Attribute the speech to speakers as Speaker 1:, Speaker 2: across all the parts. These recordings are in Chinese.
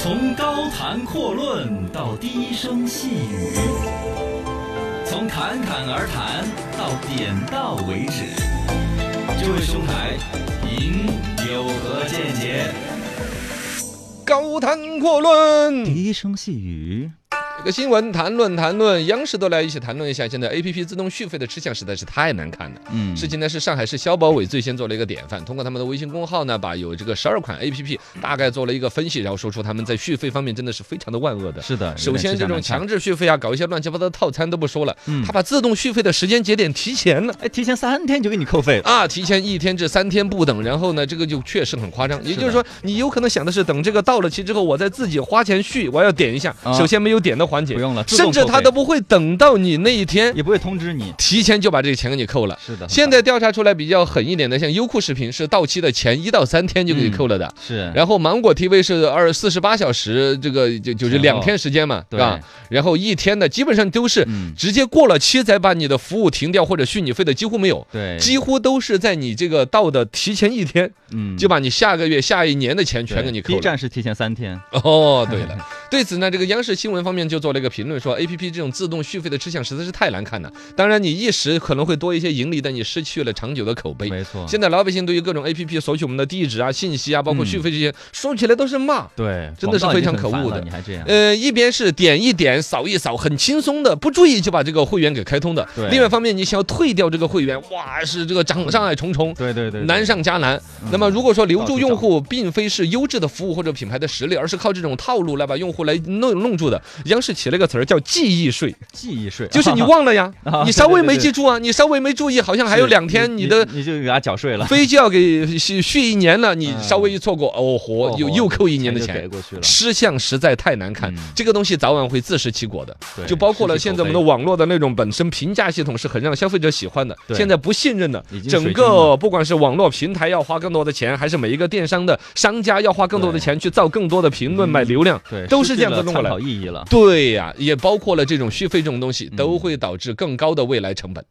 Speaker 1: 从高谈阔论到低声细语，从侃侃而谈到点到为止。这位兄台，您有何见解？
Speaker 2: 高谈阔论，
Speaker 1: 低声细语，
Speaker 2: 这个新闻谈论谈论，央视都来一起谈论一下。现在 A P P 自动续费的吃相实在是太难看了。
Speaker 1: 嗯
Speaker 2: 事情呢是上海市消保委最先做了一个典范，通过他们的微信公号呢，把有这个十二款 A P P 大概做了一个分析，然后说出他们在续费方面真的是非常的万恶的。
Speaker 1: 是的，
Speaker 2: 首先，这种强制续费啊，搞一些乱七八糟的套餐都不说了，
Speaker 1: 嗯
Speaker 2: 他把自动续费的时间节点提前了。
Speaker 1: 哎，提前三天就给你扣费了。
Speaker 2: 啊，提前一天至三天不等，然后呢，这个就确实很夸张。也就是说，你有可能想的是，等这个到了期之后，我再自己花钱续，我要点一下。
Speaker 1: 啊
Speaker 2: 首先没有点的环节，
Speaker 1: 不用了自动
Speaker 2: 甚至
Speaker 1: 扣
Speaker 2: 他
Speaker 1: 费
Speaker 2: 都不会等到你那一天，
Speaker 1: 也不会通知你。
Speaker 2: 提前就把这个钱给你扣了。
Speaker 1: 是的，
Speaker 2: 现在调查出来比较狠一点的，像优酷视频是到期的前一到三天就给
Speaker 1: 嗯
Speaker 2: 你扣了的，
Speaker 1: 是，
Speaker 2: 然后芒果 TV 是二四十八小时，这个就就是
Speaker 1: 前后
Speaker 2: 两天时间嘛，
Speaker 1: 对
Speaker 2: 是吧？然后一天的基本上都是
Speaker 1: 嗯，
Speaker 2: 直接过了期才把你的服务停掉或者续你费的几乎没有。
Speaker 1: 对，
Speaker 2: 几乎都是在你这个到的提前一天，
Speaker 1: 嗯
Speaker 2: 就把你下个月、下一年的钱
Speaker 1: 对
Speaker 2: 全给你扣
Speaker 1: B
Speaker 2: 了。
Speaker 1: 站是提前三天，
Speaker 2: 哦， 对了，对此呢，这个央视新闻方面就做了一个评论，说 A P P 这种自动续费的吃相实在是太难看了。当然，你一时可能会多一些盈利，但你失去了长久的口碑。
Speaker 1: 没错，
Speaker 2: 现在老百姓对于各种 A P P 索取我们的地址啊、信息啊，包括
Speaker 1: 嗯
Speaker 2: 续费这些，说起来都是骂。
Speaker 1: 对，
Speaker 2: 真的是
Speaker 1: 广告
Speaker 2: 非
Speaker 1: 已经
Speaker 2: 常
Speaker 1: 很
Speaker 2: 可
Speaker 1: 烦
Speaker 2: 恶
Speaker 1: 了
Speaker 2: 的
Speaker 1: 你还这样，
Speaker 2: 呃，一边是点一点、扫一扫，很轻松的，不注意就把这个会员给开通的
Speaker 1: 对；
Speaker 2: 另外一方面，你想要退掉这个会员，哇，是这个障障碍重重。
Speaker 1: 对对对，对
Speaker 2: 难，上加难。
Speaker 1: 嗯
Speaker 2: 那么，如果说留
Speaker 1: 到
Speaker 2: 住
Speaker 1: 处
Speaker 2: 用
Speaker 1: 找
Speaker 2: 户，并非是优质的服务或者品牌的实力，而是靠这种套路来把用户来弄弄住的。央视起了一个词儿叫“记 忆税
Speaker 1: 记忆税”，
Speaker 2: 就是你忘 了呀
Speaker 1: 啊，对
Speaker 2: 你稍微
Speaker 1: 对
Speaker 2: 没
Speaker 1: 对
Speaker 2: 记住啊，你稍微没注意，好像还
Speaker 1: 是
Speaker 2: 有两天，
Speaker 1: 你
Speaker 2: 你的
Speaker 1: 你就给他缴税了，
Speaker 2: 飞机要给续续一年了，你
Speaker 1: 嗯
Speaker 2: 稍微一错过，哦豁
Speaker 1: 哦，
Speaker 2: 又
Speaker 1: 豁
Speaker 2: 又扣一年的
Speaker 1: 就给
Speaker 2: 钱。
Speaker 1: 过去了，
Speaker 2: 吃相实在太难看
Speaker 1: 嗯，
Speaker 2: 这个东西早晚会自食其果的。
Speaker 1: 对
Speaker 2: 就包括了
Speaker 1: 失去
Speaker 2: 现
Speaker 1: 口
Speaker 2: 在我们
Speaker 1: 碑
Speaker 2: 的网络的那种本身评价系统是很让消费者喜欢的，
Speaker 1: 对
Speaker 2: 现在不信任的
Speaker 1: 已，经
Speaker 2: 整
Speaker 1: 水军了
Speaker 2: 个不管是网络平台要花更多的钱，还是每一个电商的商家要花更多的
Speaker 1: 对
Speaker 2: 钱去造更多的评论、
Speaker 1: 嗯
Speaker 2: 买流量，
Speaker 1: 对，
Speaker 2: 都
Speaker 1: 失
Speaker 2: 是
Speaker 1: 去
Speaker 2: 这样
Speaker 1: 了
Speaker 2: 子弄过来
Speaker 1: 参考意义了，
Speaker 2: 对呀、也包括了这种续费这种东西，
Speaker 1: 嗯
Speaker 2: 都会导致更高的未来成本。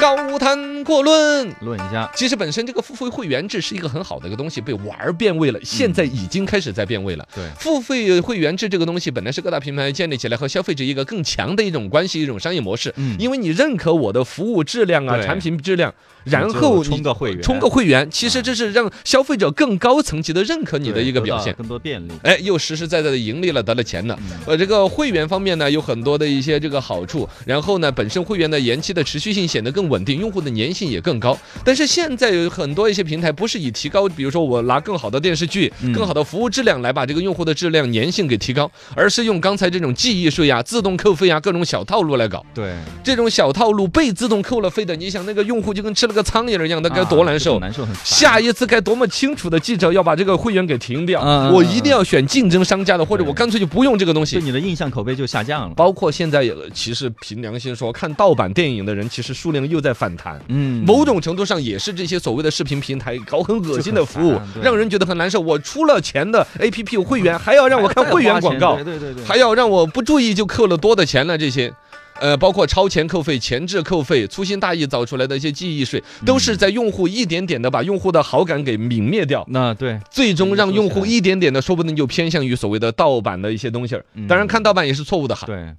Speaker 2: 高谈阔论。
Speaker 1: 论一下，
Speaker 2: 其实本身这个付费会员制是一个很好的一个东西，被玩儿变味了，现在已经开始在变味了。
Speaker 1: 对
Speaker 2: 付费会员制这个东西本来是各大平台建立起来和消费者一个更强的一种关系，一种商业模式。
Speaker 1: 嗯
Speaker 2: 因为你认可我的服务质量啊、
Speaker 1: 对
Speaker 2: 产品质量，然
Speaker 1: 就
Speaker 2: 后
Speaker 1: 充
Speaker 2: 你
Speaker 1: 个会员，
Speaker 2: 充个会员，其实这是让消费者更高层级的认可你的
Speaker 1: 对
Speaker 2: 一个
Speaker 1: 得
Speaker 2: 表
Speaker 1: 到
Speaker 2: 现。
Speaker 1: 更多便利，
Speaker 2: 哎，又实实在在的盈利了，得了钱了。
Speaker 1: 嗯
Speaker 2: 呃，这个会员方面呢，有很多的一些这个好处，然后呢，本身会员的延期的持续性显得更稳定，用户的粘性也更高。但是现在有很多一些平台不是以提高，比如说我拿更好的电视剧、
Speaker 1: 嗯
Speaker 2: 更好的服务质量来把这个用户的质量粘性给提高，而是用刚才这种记忆税啊、自动扣费啊各种小套路来搞。
Speaker 1: 对，
Speaker 2: 这种小套路被自动扣了费的，你想那个用户就跟吃了个苍蝇一样，那该
Speaker 1: 啊
Speaker 2: 多难
Speaker 1: 这种
Speaker 2: 受！
Speaker 1: 难受很烦，
Speaker 2: 下一次该多么清楚的记者要把这个会员给停掉，
Speaker 1: 嗯嗯
Speaker 2: 我
Speaker 1: 嗯
Speaker 2: 一定要选竞争商家的，或者
Speaker 1: 对
Speaker 2: 我干脆就不用这个东
Speaker 1: 对
Speaker 2: 西。
Speaker 1: 你的印象口碑就下降了，
Speaker 2: 包括现在也，其实凭良心说，看盗版电影的人其实数量又在反弹。
Speaker 1: 嗯
Speaker 2: 某种程度上也是这些所谓的视频平台搞很恶心的服务
Speaker 1: 就很烦，对
Speaker 2: 让人觉得很难受。我出了钱的 APP 会员，还要让我看
Speaker 1: 再
Speaker 2: 会员
Speaker 1: 花
Speaker 2: 广
Speaker 1: 钱
Speaker 2: 告，
Speaker 1: 对对对对，
Speaker 2: 还要让我不注意就扣了多的钱了，这些。呃，包括超前扣费、前置扣费、粗心大意造出来的一些记忆税，都是在用户一点点的把用户的好感给泯灭掉，
Speaker 1: 那对，
Speaker 2: 最终让用户
Speaker 1: 嗯
Speaker 2: 一点点的，说不定就偏向于所谓的盗版的一些东西儿。
Speaker 1: 嗯
Speaker 2: 当然，看嗯盗版也是错误的哈。
Speaker 1: 对，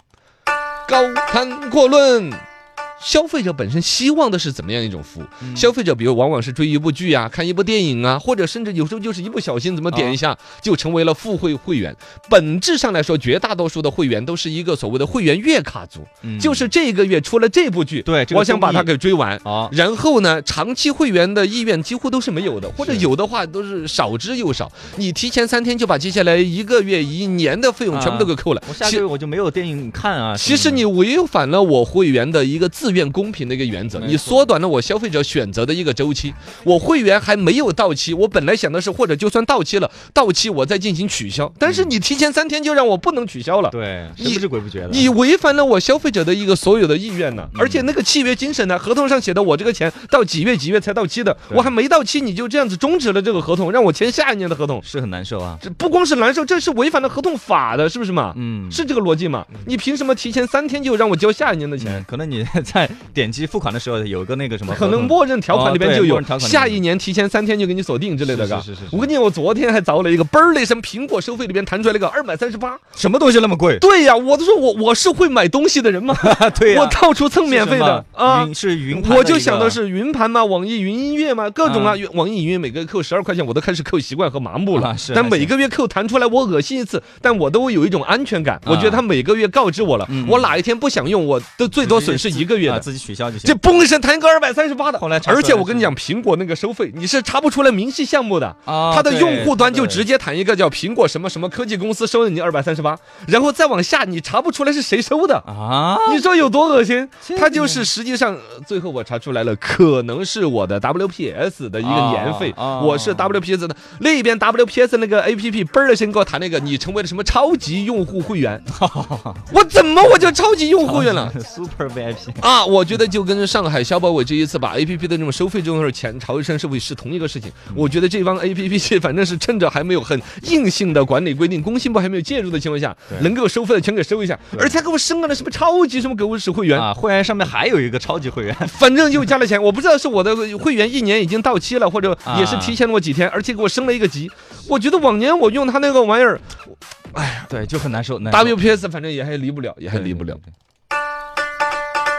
Speaker 2: 高谈阔论。消费者本身希望的是怎么样一种服务？
Speaker 1: 嗯
Speaker 2: 消费者比如往往是追一部剧啊，看一部电影啊，或者甚至有时候就是一不小心怎么点一
Speaker 1: 啊
Speaker 2: 下、就成为了付费会员。本质上来说，绝大多数的会员都是一个所谓的会员月卡族，
Speaker 1: 嗯
Speaker 2: 就是这个月出了这部剧，
Speaker 1: 对这个啊
Speaker 2: 我想把
Speaker 1: 综
Speaker 2: 它
Speaker 1: 艺
Speaker 2: 给追完。
Speaker 1: 好，
Speaker 2: 然后呢，长期会员的意愿几乎都是没有的，或者
Speaker 1: 是
Speaker 2: 有的话都是少之又少。你提前三天就把接下来一个月、一年的费用全部都给扣了，
Speaker 1: 啊我下
Speaker 2: 其
Speaker 1: 个月我就没有电影看啊。
Speaker 2: 其实你违反了我会员的一个自愿公平的一个原则，
Speaker 1: 没
Speaker 2: 你
Speaker 1: 错
Speaker 2: 缩短了我消费者选择的一个周期。我会员还没有到期，我本来想的是，或者就算到期了，到期我再进行取消，但是你提前三天就让我不能取消了。
Speaker 1: 嗯对，嗯
Speaker 2: 你
Speaker 1: 神不知鬼不觉的。
Speaker 2: 你违反了我消费者的一个所有的意愿呢，而且那个契约精神呢，合同上写的我这个钱到几月几月才到期的，
Speaker 1: 对
Speaker 2: 我还没到期你就这样子终止了这个合同，让我签下一年的合同，
Speaker 1: 是很难受啊。
Speaker 2: 这不光是难受，这是违反了合同法的，是不是嘛？
Speaker 1: 嗯，
Speaker 2: 是这个逻辑嘛？你凭什么提前三天就让我交下一年的钱？
Speaker 1: 嗯，可能你在
Speaker 3: 在点击付款的时候有个那个什么合
Speaker 2: 可
Speaker 3: 同，
Speaker 2: 能默认条款里边
Speaker 3: 嗯
Speaker 2: 就
Speaker 3: 哦对默
Speaker 2: 有
Speaker 3: 认条，款里面
Speaker 2: 下一年提前三天就给你锁定之类的，
Speaker 3: 是
Speaker 2: 嘎。
Speaker 3: 是是是
Speaker 2: 我跟你讲，我昨天还找了一个，嘣儿的一声，苹果收费里边弹 出来了个二百三十八。
Speaker 3: 什么东西那么贵？啊
Speaker 2: 对呀，我都说我我是会买东西的人吗？
Speaker 3: 对呀、
Speaker 2: 我到处蹭
Speaker 3: 是
Speaker 2: 免费
Speaker 3: 什
Speaker 2: 的
Speaker 3: 么
Speaker 2: 啊。
Speaker 3: 云是云盘的一个，
Speaker 2: 我就想的是云盘嘛，网易云音乐嘛，各种啊，网易云音乐每个月扣十二块钱，我都开始扣习惯和麻木了。
Speaker 3: 啊是
Speaker 2: 但
Speaker 3: 还
Speaker 2: 每
Speaker 3: 行
Speaker 2: 个月扣弹出来，我恶心一次，但我都有一种安全感。我觉得他每个月告知我了，
Speaker 3: 啊嗯
Speaker 2: 我哪一天不想用，我都最多损失一个月
Speaker 3: 啊，
Speaker 2: 的。
Speaker 3: 自己取消就行。
Speaker 2: 这嘣一声弹个二百三十八的，
Speaker 3: 后来查出来
Speaker 2: 而且我跟你讲，苹果那个收费你是查不出来明细项目的，
Speaker 3: 啊
Speaker 2: 它的用户端就直
Speaker 3: 接
Speaker 2: 接弹一个叫苹果什么什么科技公司收了你二百三十八，然后再往下你查不出来是谁收的，
Speaker 3: 啊，
Speaker 2: 你说有多恶心？
Speaker 3: 这
Speaker 2: 它就是实际上呃最后我查出来了，可能是我的 WPS 的一个年费，
Speaker 3: 啊啊
Speaker 2: 我是 WPS 的那边 WPS 那个 APP 嘣儿的先给我弹那个你成为了什么超级用户 会员，我怎么我就超级用户会员了？
Speaker 3: ，Super VIP
Speaker 2: 啊，我觉得就跟上海消保委这一次把 A P P 的这种收费这种事儿前朝一声是不是是同一个事情？
Speaker 3: 嗯
Speaker 2: 我觉得这帮 A P P 是反正是趁着还没有很硬性的管理规定，工信部还没有介入的情况下，
Speaker 3: 对
Speaker 2: 能够收费的全给收一下，而且还给我升个了什么超级什么狗屎会员，
Speaker 3: 啊，会员上面还有一个超级会员，
Speaker 2: 反正又加了钱，我不知道是我的会员一年已经到期了，或者
Speaker 3: 啊
Speaker 2: 也是提前了我几天，而且给我升了一个级。我觉得往年我用他那个玩意儿
Speaker 3: 对，就很难受。难受
Speaker 2: WPS，反正也还离不了，也还
Speaker 3: 对
Speaker 2: 离不了。
Speaker 3: 对对哎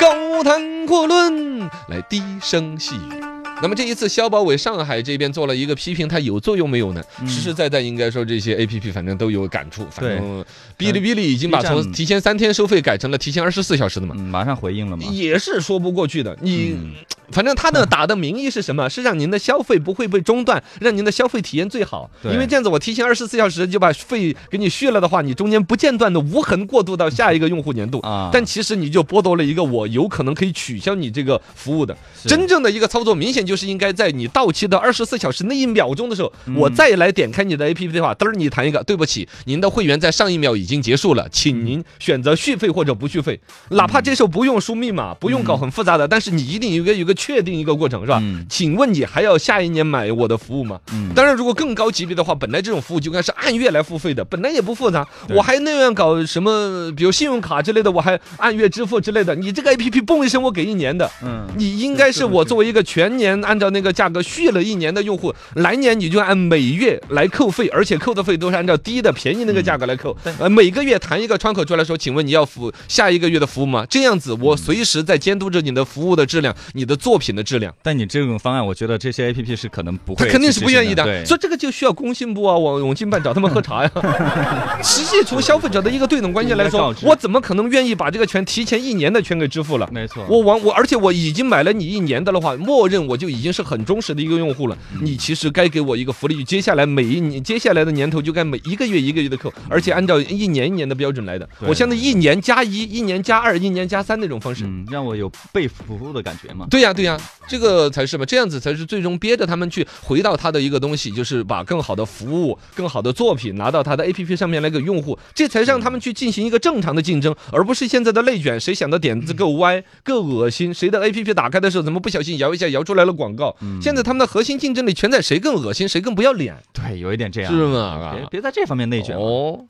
Speaker 2: 高谈阔论，来低声细语。那么这一次，消保委上海这边做了一个批评，它有作用没有呢？
Speaker 3: 嗯
Speaker 2: 实实在在应该说，这些 A P P 反正都有感触。反
Speaker 3: 对
Speaker 2: 正哔哩哔哩已经把
Speaker 3: B 站
Speaker 2: 从提前三天收费改成了提前二十四小时的嘛
Speaker 3: 嗯，，马上回应了嘛。
Speaker 2: 也是说不过去的。你
Speaker 3: 嗯
Speaker 2: 反正它的打的名义是什么？是让您的消费不会被中断，让您的消费体验最好。
Speaker 3: 对
Speaker 2: 因为这样子，我提前二十四小时就把费给你续了的话，你中间不间断的无痕过渡到下一个用户年度
Speaker 3: 啊
Speaker 2: 但其实你就剥夺了一个我有可能可以取消你这个服务的
Speaker 3: 是
Speaker 2: 真正的一个操作，明显就是应该在你到期的二十四小时那一秒钟的时候，
Speaker 3: 嗯
Speaker 2: 我再来点开你的 APP 的话，嘚儿你弹一个，对不起，您的会员在上一秒已经结束了，
Speaker 3: 嗯
Speaker 2: 请您选择续费或者不续费，哪怕这时候不用输密码，不用搞很复杂的，但是你一定有一个有一个确定一个过程是吧
Speaker 3: 嗯？
Speaker 2: 请问你还要下一年买我的服务吗？
Speaker 3: 嗯
Speaker 2: 当然，如果更高级别的话，本来这种服务就应该是按月来付费的，本来也不复杂，
Speaker 3: 对
Speaker 2: 我还那样搞什么，比如信用卡之类的，我还按月支付之类的。你这个 A P P 嘣一声，我给一年的。
Speaker 3: 嗯，
Speaker 2: 你应该是我作为一个全年按照那个价格续了一年的用户，来年你就按每月来扣费，而且扣的费都是按照低的便宜那个价格来扣
Speaker 3: 嗯对。
Speaker 2: 呃，每个月弹一个窗口出来说，请问你要服下一个月的服务吗？这样子我随时在监督着你的服务的质量，你的作品的质量。
Speaker 3: 但你这种方案，我觉得这些 A P P 是可能不
Speaker 2: 他
Speaker 3: 会去执行，
Speaker 2: 肯定是不愿意
Speaker 3: 对
Speaker 2: 的，所以这个就需要工信部啊、网永信办找他们喝 茶呀。实际从消费者的一个对等关系
Speaker 3: 应
Speaker 2: 来
Speaker 3: 该
Speaker 2: 说
Speaker 3: 告，知
Speaker 2: 我怎么可能愿意把这个全提前一年的全给支付了？
Speaker 3: 没错，
Speaker 2: 我往我，而且我已经买了你一年的的话，默认我就已经是很忠实的一个用户了。
Speaker 3: 嗯
Speaker 2: 你其实该给我一个福利，接下来每一年接下来的年头就该每一个月一个月的扣，而且按照一年一年的标准来的。
Speaker 3: 对
Speaker 2: 我现在一年加一、一年加二、一年加三那种方式。
Speaker 3: 嗯，让我有被服务的感觉嘛。
Speaker 2: 对呀、对呀、这个才是嘛，这样子才是最终憋着他们去回到他的一个东西，就是把更好的服务、更好的作品拿到他的 APP 上面来给用户，这才让他们去进行一个正常的竞争，而不是现在的内卷，谁想的点子够歪、够恶心，谁的 APP 打开的时候怎么不小心摇一下摇出来了广告？
Speaker 3: 嗯
Speaker 2: 现在他们的核心竞争力全在谁更恶心、谁更不要脸，
Speaker 3: 对，有一点这样，
Speaker 2: 是吗？啊
Speaker 3: 别别在这方面内卷了。
Speaker 2: 哦，